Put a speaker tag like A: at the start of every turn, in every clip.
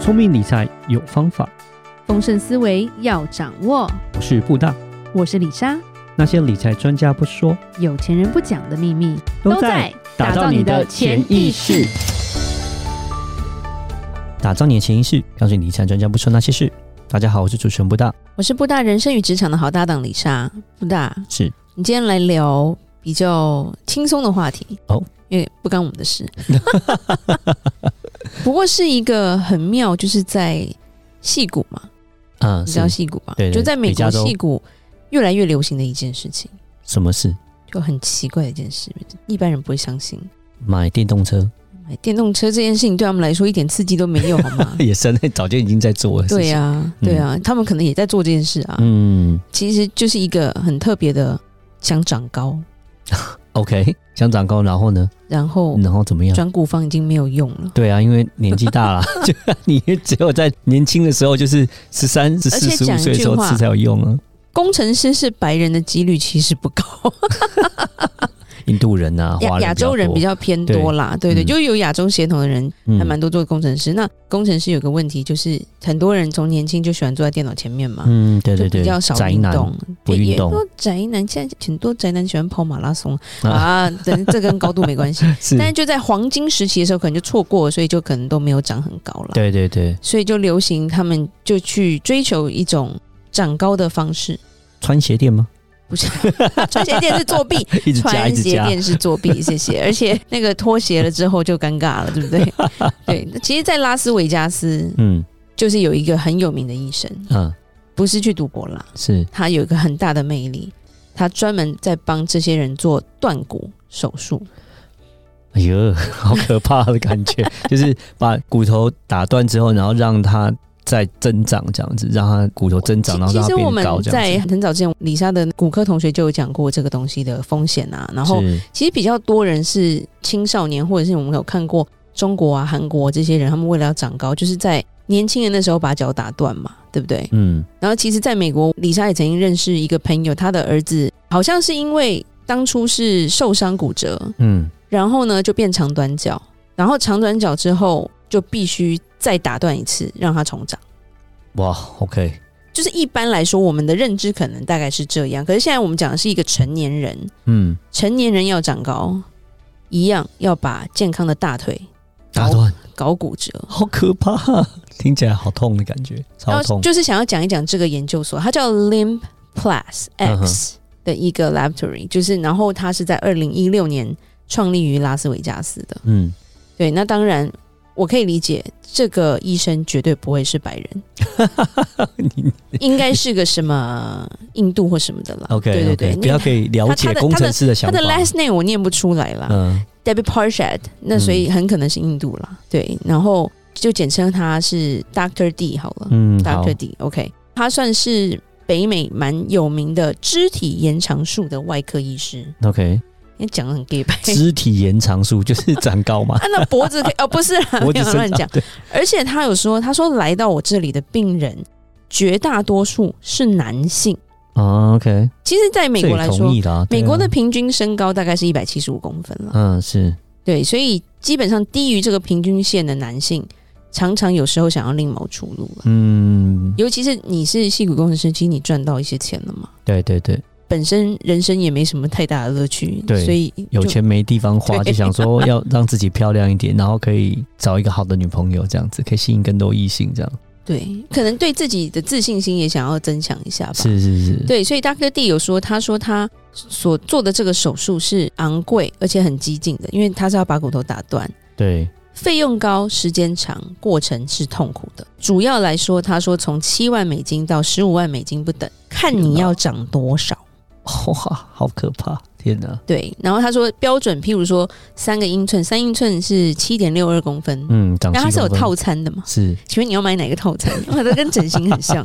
A: 聪明理财有方法，
B: 丰盛思维要掌握。
A: 我是布大。
B: 我是李莎，
A: 那些理财专家不说，
B: 有钱人不讲的秘密
A: 打造你的潜意识。。打造你的潜意识，告诉你理财专家不说那些事。大家好，我是主持人布大。
B: 我是布大人生与职场的好搭档李莎。布大，
A: 是
B: 你今天来聊比较轻松的话题
A: 哦，
B: 因为不干我们的事。 不过是一个很妙，就是在戏谷嘛，
A: 啊，
B: 你知道
A: 是
B: 戏谷吧？
A: 对对
B: 就在美
A: 北加
B: 国
A: 州
B: 戏谷越来越流行的一件事情，
A: 什么事？
B: 就很奇怪的一件事，一般人不会相信。
A: 买电动车？
B: 买电动车这件事情对他们来说一点刺激都没有，好吗
A: 也 是那早就已经在做了。
B: 对
A: 呀、
B: 呀、对呀、他们可能也在做这件事啊。
A: 嗯
B: 其实就是一个很特别的想长高，
A: ，OK，想长高，然后呢？
B: 然后
A: 然后怎么样？
B: 转骨方已经没有用了，
A: 对啊，因为年纪大 了，就 你只有在年轻的时候，就是十三、十
B: 而
A: 四、
B: 且
A: 十
B: 讲
A: 五
B: 一
A: 岁的
B: 句
A: 时候
B: 话
A: 吃才有用啊。
B: 工程师是白人的几率其实不高，
A: 印度人啊，华
B: 亚
A: 人
B: 亚洲人比较偏
A: 对
B: 多啦，对对，
A: 嗯
B: 就有亚洲血统的人
A: 较
B: 还蛮多做工程师。那工程师有个问题就是，很多人从年轻就喜欢坐在电脑前面嘛，
A: 嗯，嗯对
B: 啊就
A: 对对，
B: 比较少
A: 宅
B: 运
A: 男
B: 动，
A: 不运动
B: 也多宅男现在很多宅男喜欢跑马拉松
A: 啊
B: 啊，等这跟高度没关系。
A: 是，
B: 但是就在黄金时期的时候，可能就错过了，所以就可能都没有长很高了。
A: 对对对，
B: 所以就流行他们就去追求一种长高的 方式，
A: 穿鞋垫吗？
B: 不是穿鞋垫是作弊，
A: 一直加一
B: 穿
A: 直
B: 鞋
A: 加，
B: 垫是作弊，谢谢。而且那个脱鞋了之后就尴尬了，对不 对？对，那其实，在拉斯维加斯
A: 嗯
B: 就是有一个很有名的医生，
A: 啊，
B: 不是去赌博啦，
A: 是
B: 他有一个很大的魅力，他专门在帮这些人做断骨手术。
A: 哎呦， 好可怕的感觉， 就是把骨头打断之后，然后让它再增长，这样子，让它骨头增长，然后
B: 其
A: 让它
B: 实我
A: 变
B: 们
A: 高，这
B: 在
A: 样子。
B: 很早之前，李莎的骨科同学就有讲过这个东西的风险啊，然后
A: 是
B: 其实比较多人是青少年，或者是我们有看过中国啊、韩国这些人，他们为了要长高，就是在年轻人的时候把脚打断嘛，对不对？
A: 嗯
B: 然后其实，在美国，李莎也曾经认识一个朋友，他的儿子好像是因为当初是受伤骨折，
A: 嗯，
B: 然后呢就变长短脚，然后长短脚之后就必须再打断一次，让它重长。
A: 哇，OK，
B: 就是一般来说，我们的认知可能大概是这样，可是现在我们讲的是一个成年人，
A: 嗯，
B: 成年人要长高，一样要把健康的大腿
A: 打断，
B: 搞骨折。
A: 好可怕，听起来好痛的感觉，
B: 然
A: 超
B: 后
A: 痛。
B: 就是想要讲一讲这个研究所，它叫 Limb Plus
A: 嗯哼
B: X 的一个 laboratory，、就是然后它是在二零一六年创立于拉斯维加斯的。
A: 嗯，
B: 对，那当然我可以理解，这个医生绝对不会是白人，
A: 你
B: 应该是个什么 印度或什么的啦。
A: OK，
B: 对对对，
A: 不要可以了解
B: 他的
A: 工程师的想
B: 他
A: 法。
B: 的 last name 我念不出来啦。
A: 嗯
B: Debbie Parshat，那所以很可能是印度啦。对，然后就简称他是 Doctor D 好了、
A: 嗯，
B: d
A: 好
B: o c，t o r D，OK，、他算是北美蛮有名的肢体延长术的外科医师，
A: OK，
B: 你讲的很 gay 白。
A: 肢体延长术就是 长高嘛，
B: 啊，那脖子可以哦，不是啦，
A: 脖 子
B: 没有
A: 伸
B: 乱
A: 长
B: 讲。
A: 对，
B: 而且他有说，他说来到我这里的病人，绝大多数是男性。
A: 啊，OK，
B: 其实，在美
A: 这
B: 国
A: 也
B: 来
A: 同
B: 说，
A: 意啦，对啊
B: 美国的平均身高大概是一百七十五公分了。
A: 嗯是
B: 对，所以基本上低于这个平均线的男性，常常有时候想要另谋出路了。
A: 嗯，
B: 尤其是你是戏骨工程师，其实你赚到一些钱了嘛，
A: 对对对，
B: 本身人生也没什么太大的乐趣，
A: 对
B: 所以
A: 有
B: 就
A: 钱没地方花，就
B: 对
A: 想 说要让自己漂亮一点，然后可以找一个好的女朋友，这样子可以吸引更多异性，这样
B: 对，可能对自己的自信心也想要增强一下吧。
A: 是是是，
B: 对，所以 Dr. D 有说，他说他所做的这个手术是昂贵而且很激进的，因为他是要把骨头打断，
A: 对，
B: 费用高、时间长、过程是痛苦的。主要来说，他说从七万美金到十五万美金不等，看你要涨多少。
A: 哇，好可怕，天哪，
B: 对，然后他说标准，譬如说三个英寸，三英寸是七点六二公分，
A: 嗯，长
B: 然后它
A: 七
B: 是有
A: 公分
B: 套餐的嘛？
A: 是
B: 请问你要买哪个套 餐？哇，这跟整形很像。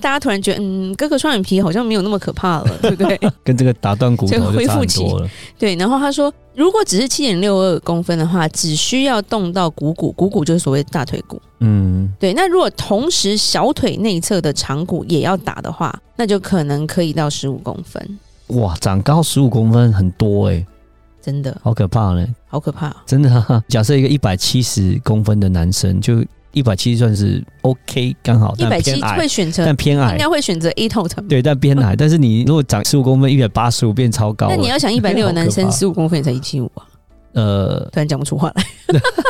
B: 大家突然觉得，嗯，哥哥双眼皮好像没有那么可怕了，对不 对？
A: 跟这个打断骨
B: 这个
A: 头就
B: 恢
A: 差
B: 复
A: 很
B: 期
A: 多了，
B: 对，然后他说，如果只是七点六二公分的话，只需要动到股骨，股骨就是所谓的大腿骨。
A: 嗯，
B: 对，那如果同时小腿内侧的长骨也要打的话，那就可能可以到十五公分，
A: 哇，长高十五公分很多哎、
B: 真的
A: 好可怕嘞、
B: 好可怕。
A: 真的、啊，假设一个一百七十公分的男生，就一百七算是 OK 刚好，
B: 一
A: 但
B: 百
A: 偏
B: 七
A: 矮
B: 会，选择
A: 但偏
B: 应
A: 矮，
B: 该会选择 A 头的。
A: 对，但偏矮。但是你如果长十五公分，一百八十五变超高
B: 那你
A: 了。
B: 要想一百六的男
A: 好
B: 生
A: 可怕
B: 十五公分也才一七五啊，
A: 呃，
B: 突然讲不出话来。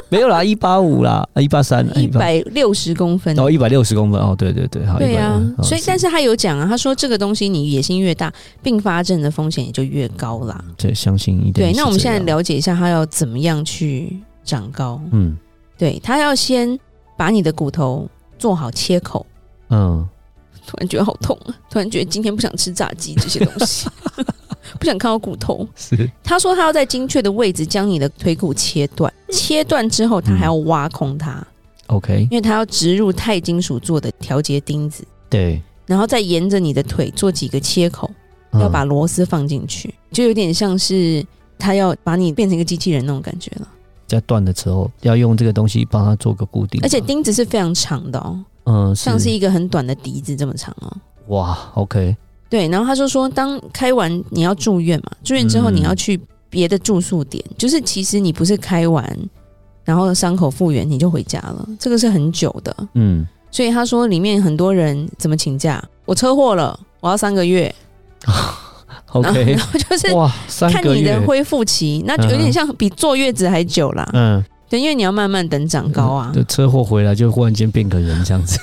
A: 没有啦，一八五啦，啊一八三，
B: 一
A: 180，
B: 百六十公分
A: 然，后一百六十公分。哦，对对对，好，
B: 对啊
A: 150，哦
B: 所以但是他有讲啊，他说这个东西你野心越大，并发症的风险也就越高啦。
A: 对，相信一点。
B: 对，那我们现在，了解一下他要怎么样去长高。
A: 嗯
B: 对他要先把你的骨头做好切口，
A: 嗯，
B: 突然觉得好痛啊！突然觉得今天不想吃炸鸡这些东西， 不想看到骨头。
A: 是
B: 他说他要在精确的位置将你的腿骨切断，切断之后他还要挖空它，
A: OK，
B: 因为他要植入钛金属做的调节钉子，
A: 对，
B: 然后再沿着你的腿做几个切口，
A: 嗯
B: 要把螺丝放进去，就有点像是他要把你变成一个机器人那种感觉了。
A: 在断的时候要用这个东西帮它做个固定嘛，
B: 而且钉子是非常长的哦，
A: 嗯，
B: 像是一个很短的笛子这么长哦。
A: 哇，OK，
B: 对，然后他就说，当开完你要住院嘛，住院之后
A: 嗯
B: 你要去别的住宿点，就是其实你不是开完，然后伤口复原你就回家了，这个是很久的。
A: 嗯，
B: 所以他说里面很多人怎么请假，我车祸了，我要三个月然后
A: OK，
B: 然后就是
A: 哇，三
B: 看
A: 个
B: 你
A: 月
B: 的，恢复期，那就有点像比坐月子还久啦。
A: 嗯，
B: 对，因为你要慢慢等长高啊，
A: 对，车祸回来就忽然间变个人这样子，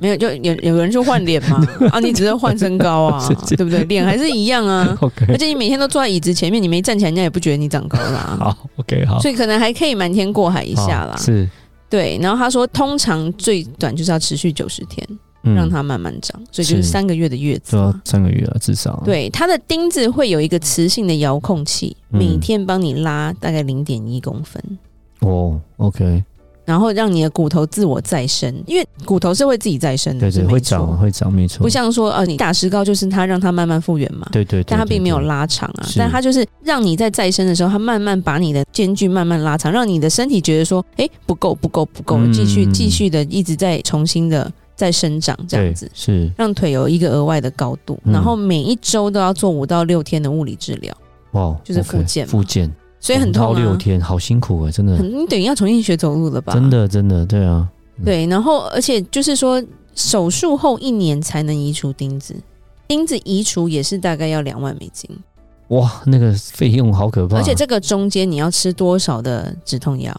B: 没有就有有人就换脸 嘛，啊，你只是换身高啊
A: 是是，，
B: 对不对？脸还是一样啊
A: OK，
B: 而且你每天都坐在椅子前面，你没站起来，人家也不觉得你长 高啦。
A: 好，OK，好，
B: 所以可能还可以瞒天过海一下
A: 好
B: 啦。
A: 是，
B: 对，然后他说，通常最短就是要持续九十天，
A: 嗯
B: 让它慢慢长，所以就是
A: 是啊
B: 三个月的月子
A: 就要
B: 嘛。
A: 三个月了，至少，，啊
B: 对，它的钉子会有一个磁性的遥控器，
A: 嗯
B: 每天帮你拉大概零点一公分，
A: 哦，OK，
B: 然后让你的骨头自我再生，因为骨头是会自己再生的，
A: 对
B: 嗯是
A: 对，
B: 没
A: 会
B: 错
A: 长，哦会长，没错，
B: 不像说呃你打石膏就是它让它慢慢复原嘛，
A: 对，对对，
B: 但它
A: 对
B: 并没有
A: 对
B: 拉长啊，
A: 是
B: 但它就是让你在再生的时候，它慢慢把你的间距慢慢拉长，让你的身体觉得说，哎、不够，不够，不够，
A: 嗯
B: 继续继续的一直在重新的再生长这样
A: 对
B: 子，
A: 是，
B: 让腿有一个额外的高度，
A: 嗯
B: 然后每一周都要做五到六天的物理治疗，
A: 哇，
B: 就是
A: OK，
B: 复健嘛
A: 复健，
B: 所以很
A: 五到
B: 痛
A: 六
B: 啊，
A: 天，好辛苦哎，真的，
B: 很你等于要重新学走路了吧？
A: 真的，真的，对啊，
B: 对，然后而且就是说手术后一年才能移除钉子。钉子移除也是大概要两万美金，
A: 哇，那个费用好可怕，
B: 而且这个中间你要吃多少的止痛药？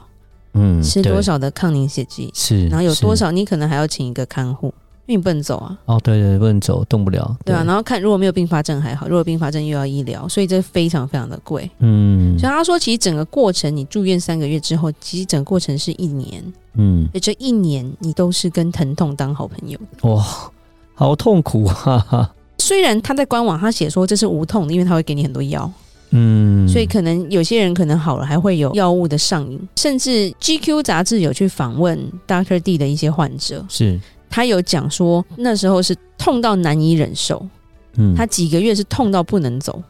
A: 嗯，
B: 吃
A: 对
B: 多少的抗凝血剂，
A: 是，
B: 然后有
A: 是
B: 多少你可能还要请一个看护，因为你不能走啊，
A: 哦，对对，不能走，动不了。
B: 对啊，然后看如果没有并发症还好，如果有并发症又要医疗，所以这非常非常的贵。
A: 嗯
B: 所以他说，其实整个过程你住院三个月之后，其实整个过程是一年，
A: 嗯，
B: 所以这一年你都是跟疼痛当好朋友的。
A: 哇，好痛苦啊！
B: 虽然他在官网他写说这是无痛的，因为他会给你很多药，
A: 嗯，
B: 所以可能有些人可能好了还会有药物的上瘾，甚至 GQ 杂志有去访问 Doctor D 的一些患者，
A: 是
B: 他有讲说那时候是痛到难以忍受，
A: 嗯，
B: 他几个月是痛到不能走，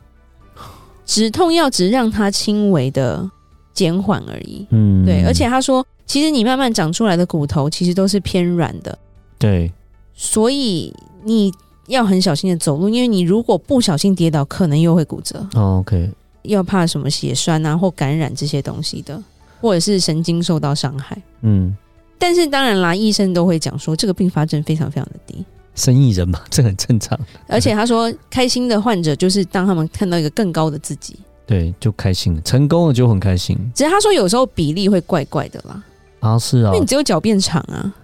B: 止痛药只让他轻微的减缓而已。
A: 嗯
B: 对，而且他说，其实你慢慢长出来的骨头其实都是偏软的，
A: 对
B: 所以你要很小心的走路，因为你如果不小心跌倒，可能又会骨折，
A: 哦，OK，
B: 又怕什么血栓啊或感染这些东西的，或者是神经受到伤害。
A: 嗯，
B: 但是当然啦，医生都会讲说，这个并发症非常非常的低。
A: 生意人嘛， 这很正常。
B: 而且他说，开心的患者就是当他们看到一个更高的自己。
A: 对，就开心了，成功了就很开心
B: 只是他说有时候比例会怪怪的啦，
A: 啊！是啊
B: 因为，你只有脚变长啊，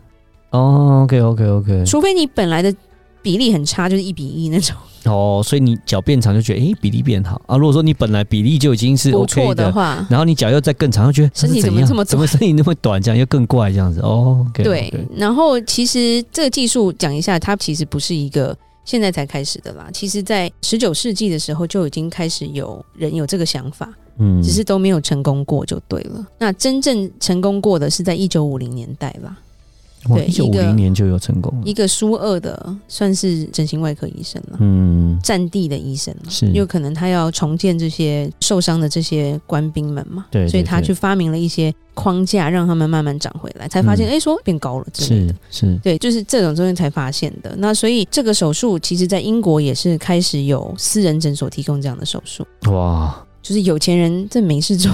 A: 哦，OK，OK，OK，
B: 除非你本来的比例很差，就是一比一那种
A: 哦，所以你脚变长就觉得，诶，比例变好啊。如果说你本来比例就已经是
B: 不
A: OK
B: 错
A: 的，
B: 话，
A: 然后你脚又再更长，就觉得啊
B: 身体
A: 是
B: 怎么
A: 样
B: 这么
A: 怎么身体那么短，这样又更怪这样子。哦，OK，
B: 对。然后其实这个技术讲一下，它其实不是一个现在才开始的啦，其实在十九世纪的时候就已经开始有人有这个想法，
A: 嗯，
B: 只是都没有成功过就对了。那真正成功过的是在一九五零年代啦，对
A: 一九
B: 一
A: 五
B: 个
A: 零年就有成功了，
B: 一个苏俄的算是整形外科医生了。
A: 嗯，
B: 战地的医生了
A: 是
B: 有可能他要重建这些受伤的这些官兵们嘛，
A: 对对
B: 所以他去发明了一些框架，让他们慢慢长回来，才发现
A: 嗯
B: 哎、诶说变高了之类的
A: 是。是，
B: 对，就是这种东西才发现的。那所以这个手术其实，在英国也是开始有私人诊所提供这样的手术。
A: 哇，
B: 就是有钱人这没事做，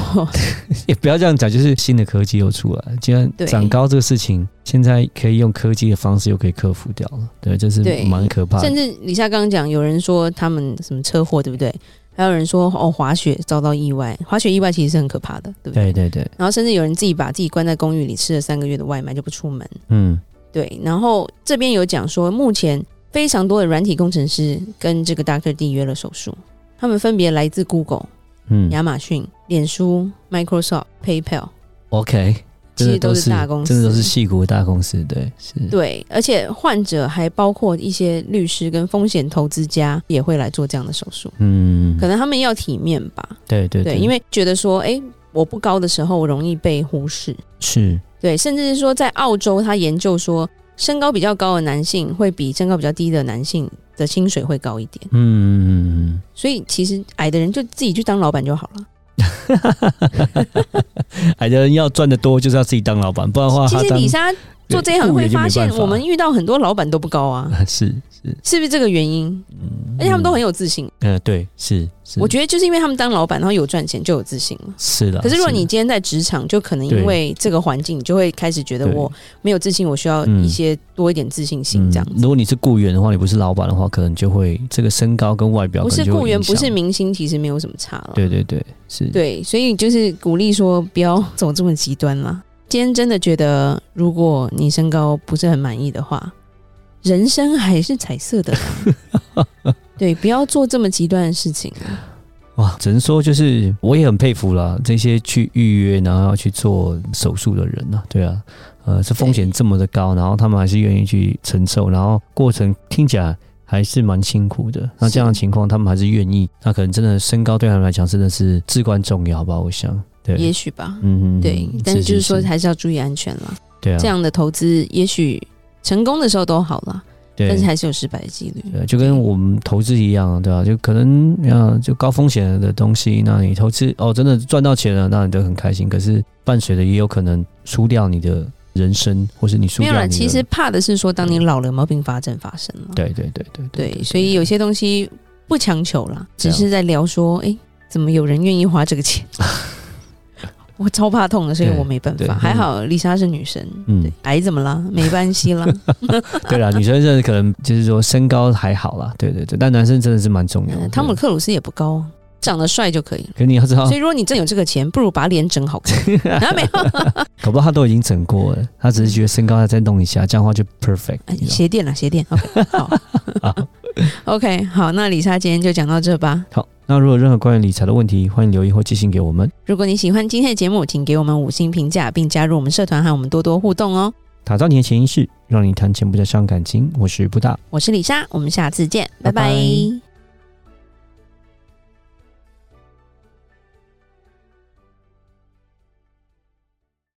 A: 也不要这样讲，就是新的科技又出来，既然
B: 对
A: 长高这个事情，现在可以用科技的方式又可以克服掉了，对，这是
B: 对
A: 蛮可 怕
B: 甚
A: 的。
B: 至李夏刚刚讲，有人说他们什么车祸，对不对？还有人说哦，滑雪遭到意外，滑雪意外其实是很可怕的，对不对？
A: 对对对，
B: 然后甚至有人自己把自己关在公寓里，吃了三个月的外卖就不出门。
A: 嗯，
B: 对，然后这边有讲说，目前非常多的软体工程师跟这个 Doctor D 约了手术，他们分别来自 Google、
A: 嗯
B: 亚马逊、脸书、Microsoft、PayPal。
A: ，OK，
B: 其
A: 真
B: 实
A: 的
B: 都
A: 都
B: 是
A: 是
B: 大公司
A: 真的都是戏骨大公司，对，是，
B: 对，而且患者还包括一些律师跟风险投资家也会来做这样的手术，
A: 嗯，
B: 可能他们要体面吧。
A: 对对
B: 对，因为觉得说，哎，我不高的时候，我容易被忽视。
A: 是，
B: 对，甚至是说，在澳洲，他研究说，身高比较高的男性会比身高比较低的男性的薪水会高一点。
A: 嗯嗯嗯 嗯
B: 所以其实矮的人就自己去当老板就好了。
A: 嗯，矮的人要赚得多，就是要自己当老板，不然的话
B: 其
A: 啊他
B: 实
A: 当
B: 李莎做这一行
A: 雇
B: 会
A: 人就没
B: 发
A: 办
B: 现，
A: 法
B: 我们遇到很多老板都不高啊，
A: 是，
B: 是不是这个原因？而且他们都很有自信。
A: 嗯、对，是是，
B: 我觉得就是因为他们当老板，然后有赚钱就有自信了。
A: 是的。
B: 可是如果
A: 的
B: 你今天在职场，就可能因为这个环境，你就会开始觉得
A: 对
B: 我没有自信，我需要
A: 嗯
B: 一些多一点自信心这样子。
A: 嗯。如果你是雇员的话，你不是老板的话，可能就会这个身高跟外表
B: 不
A: 可能
B: 是
A: 就会
B: 雇员，
A: 影
B: 不
A: 响
B: 是明星，其实没有什么差了。
A: 对对对，是，
B: 对所以就是鼓励说不要 走这么极端啦。今天真的觉得，如果你身高不是很满意的话，人生还是彩色的 啦。对，不要做这么极端的事情。啊
A: 哇，只能说就是我也很佩服啦，这些啊去预约然后要去做手术的人呐、对啊，呃，这风险这么的高，然后他们还是愿意去承受，然后过程听起来还是蛮辛苦的。那这样的情况，他们还是愿意，那可能真的身高对他们来讲真的是至关重要吧，我想，对，
B: 也许吧，
A: 嗯，
B: 对，但是就是说
A: 是
B: 还是要注意安全啦。
A: 对啊，
B: 这样的投资，也许成功的时候都好啦，
A: 对
B: 但是还是有失败的几率。
A: 对，就跟我们投资一样啊，对吧、就可能呃，就高风险的东西，那你投资哦，真的赚到钱了，那你就很开心。可是伴随的也有可能输掉你的人生，或是你输
B: 没有
A: 掉
B: 啦，
A: 你的。
B: 其实怕的是说，当你老了，有没有并发症发生了。
A: 对对对对
B: 对，所以有些东西不强求啦，
A: 这样
B: 只是在聊说，哎、怎么有人愿意花这 个钱？我超怕痛的，所以
A: 对
B: 我没办
A: 对
B: 法。还好丽莎是女生，
A: 嗯
B: 对，矮怎么啦？没关 系啦。
A: 对 啦，女生真的可能就是说身高还好啦，对对对，但男生真的是蛮重要的。
B: 嗯汤姆克鲁斯也不高啊，长得帅就可以了。
A: 可你要知道
B: 所，以如果你真有这个钱，不如把脸整好看。啊，没有，
A: 搞不好他都已经整过了，他只是觉得身高他再弄一下，这样的话就 perfect 你知道吗。
B: 鞋垫啦，鞋垫。OK，好 ，OK，好，那丽莎今天就讲到这吧。
A: 好，那如果有任何关于理财的问题，欢迎留言或寄信给我们。
B: 如果你喜欢今天的节目，请给我们五星评价，并加入我们社团和我们多多互动哦。
A: 打造你的潜意识，让你谈钱不再伤感情。我是布大。
B: 我是李莎，我们下次见，拜拜
A: 拜拜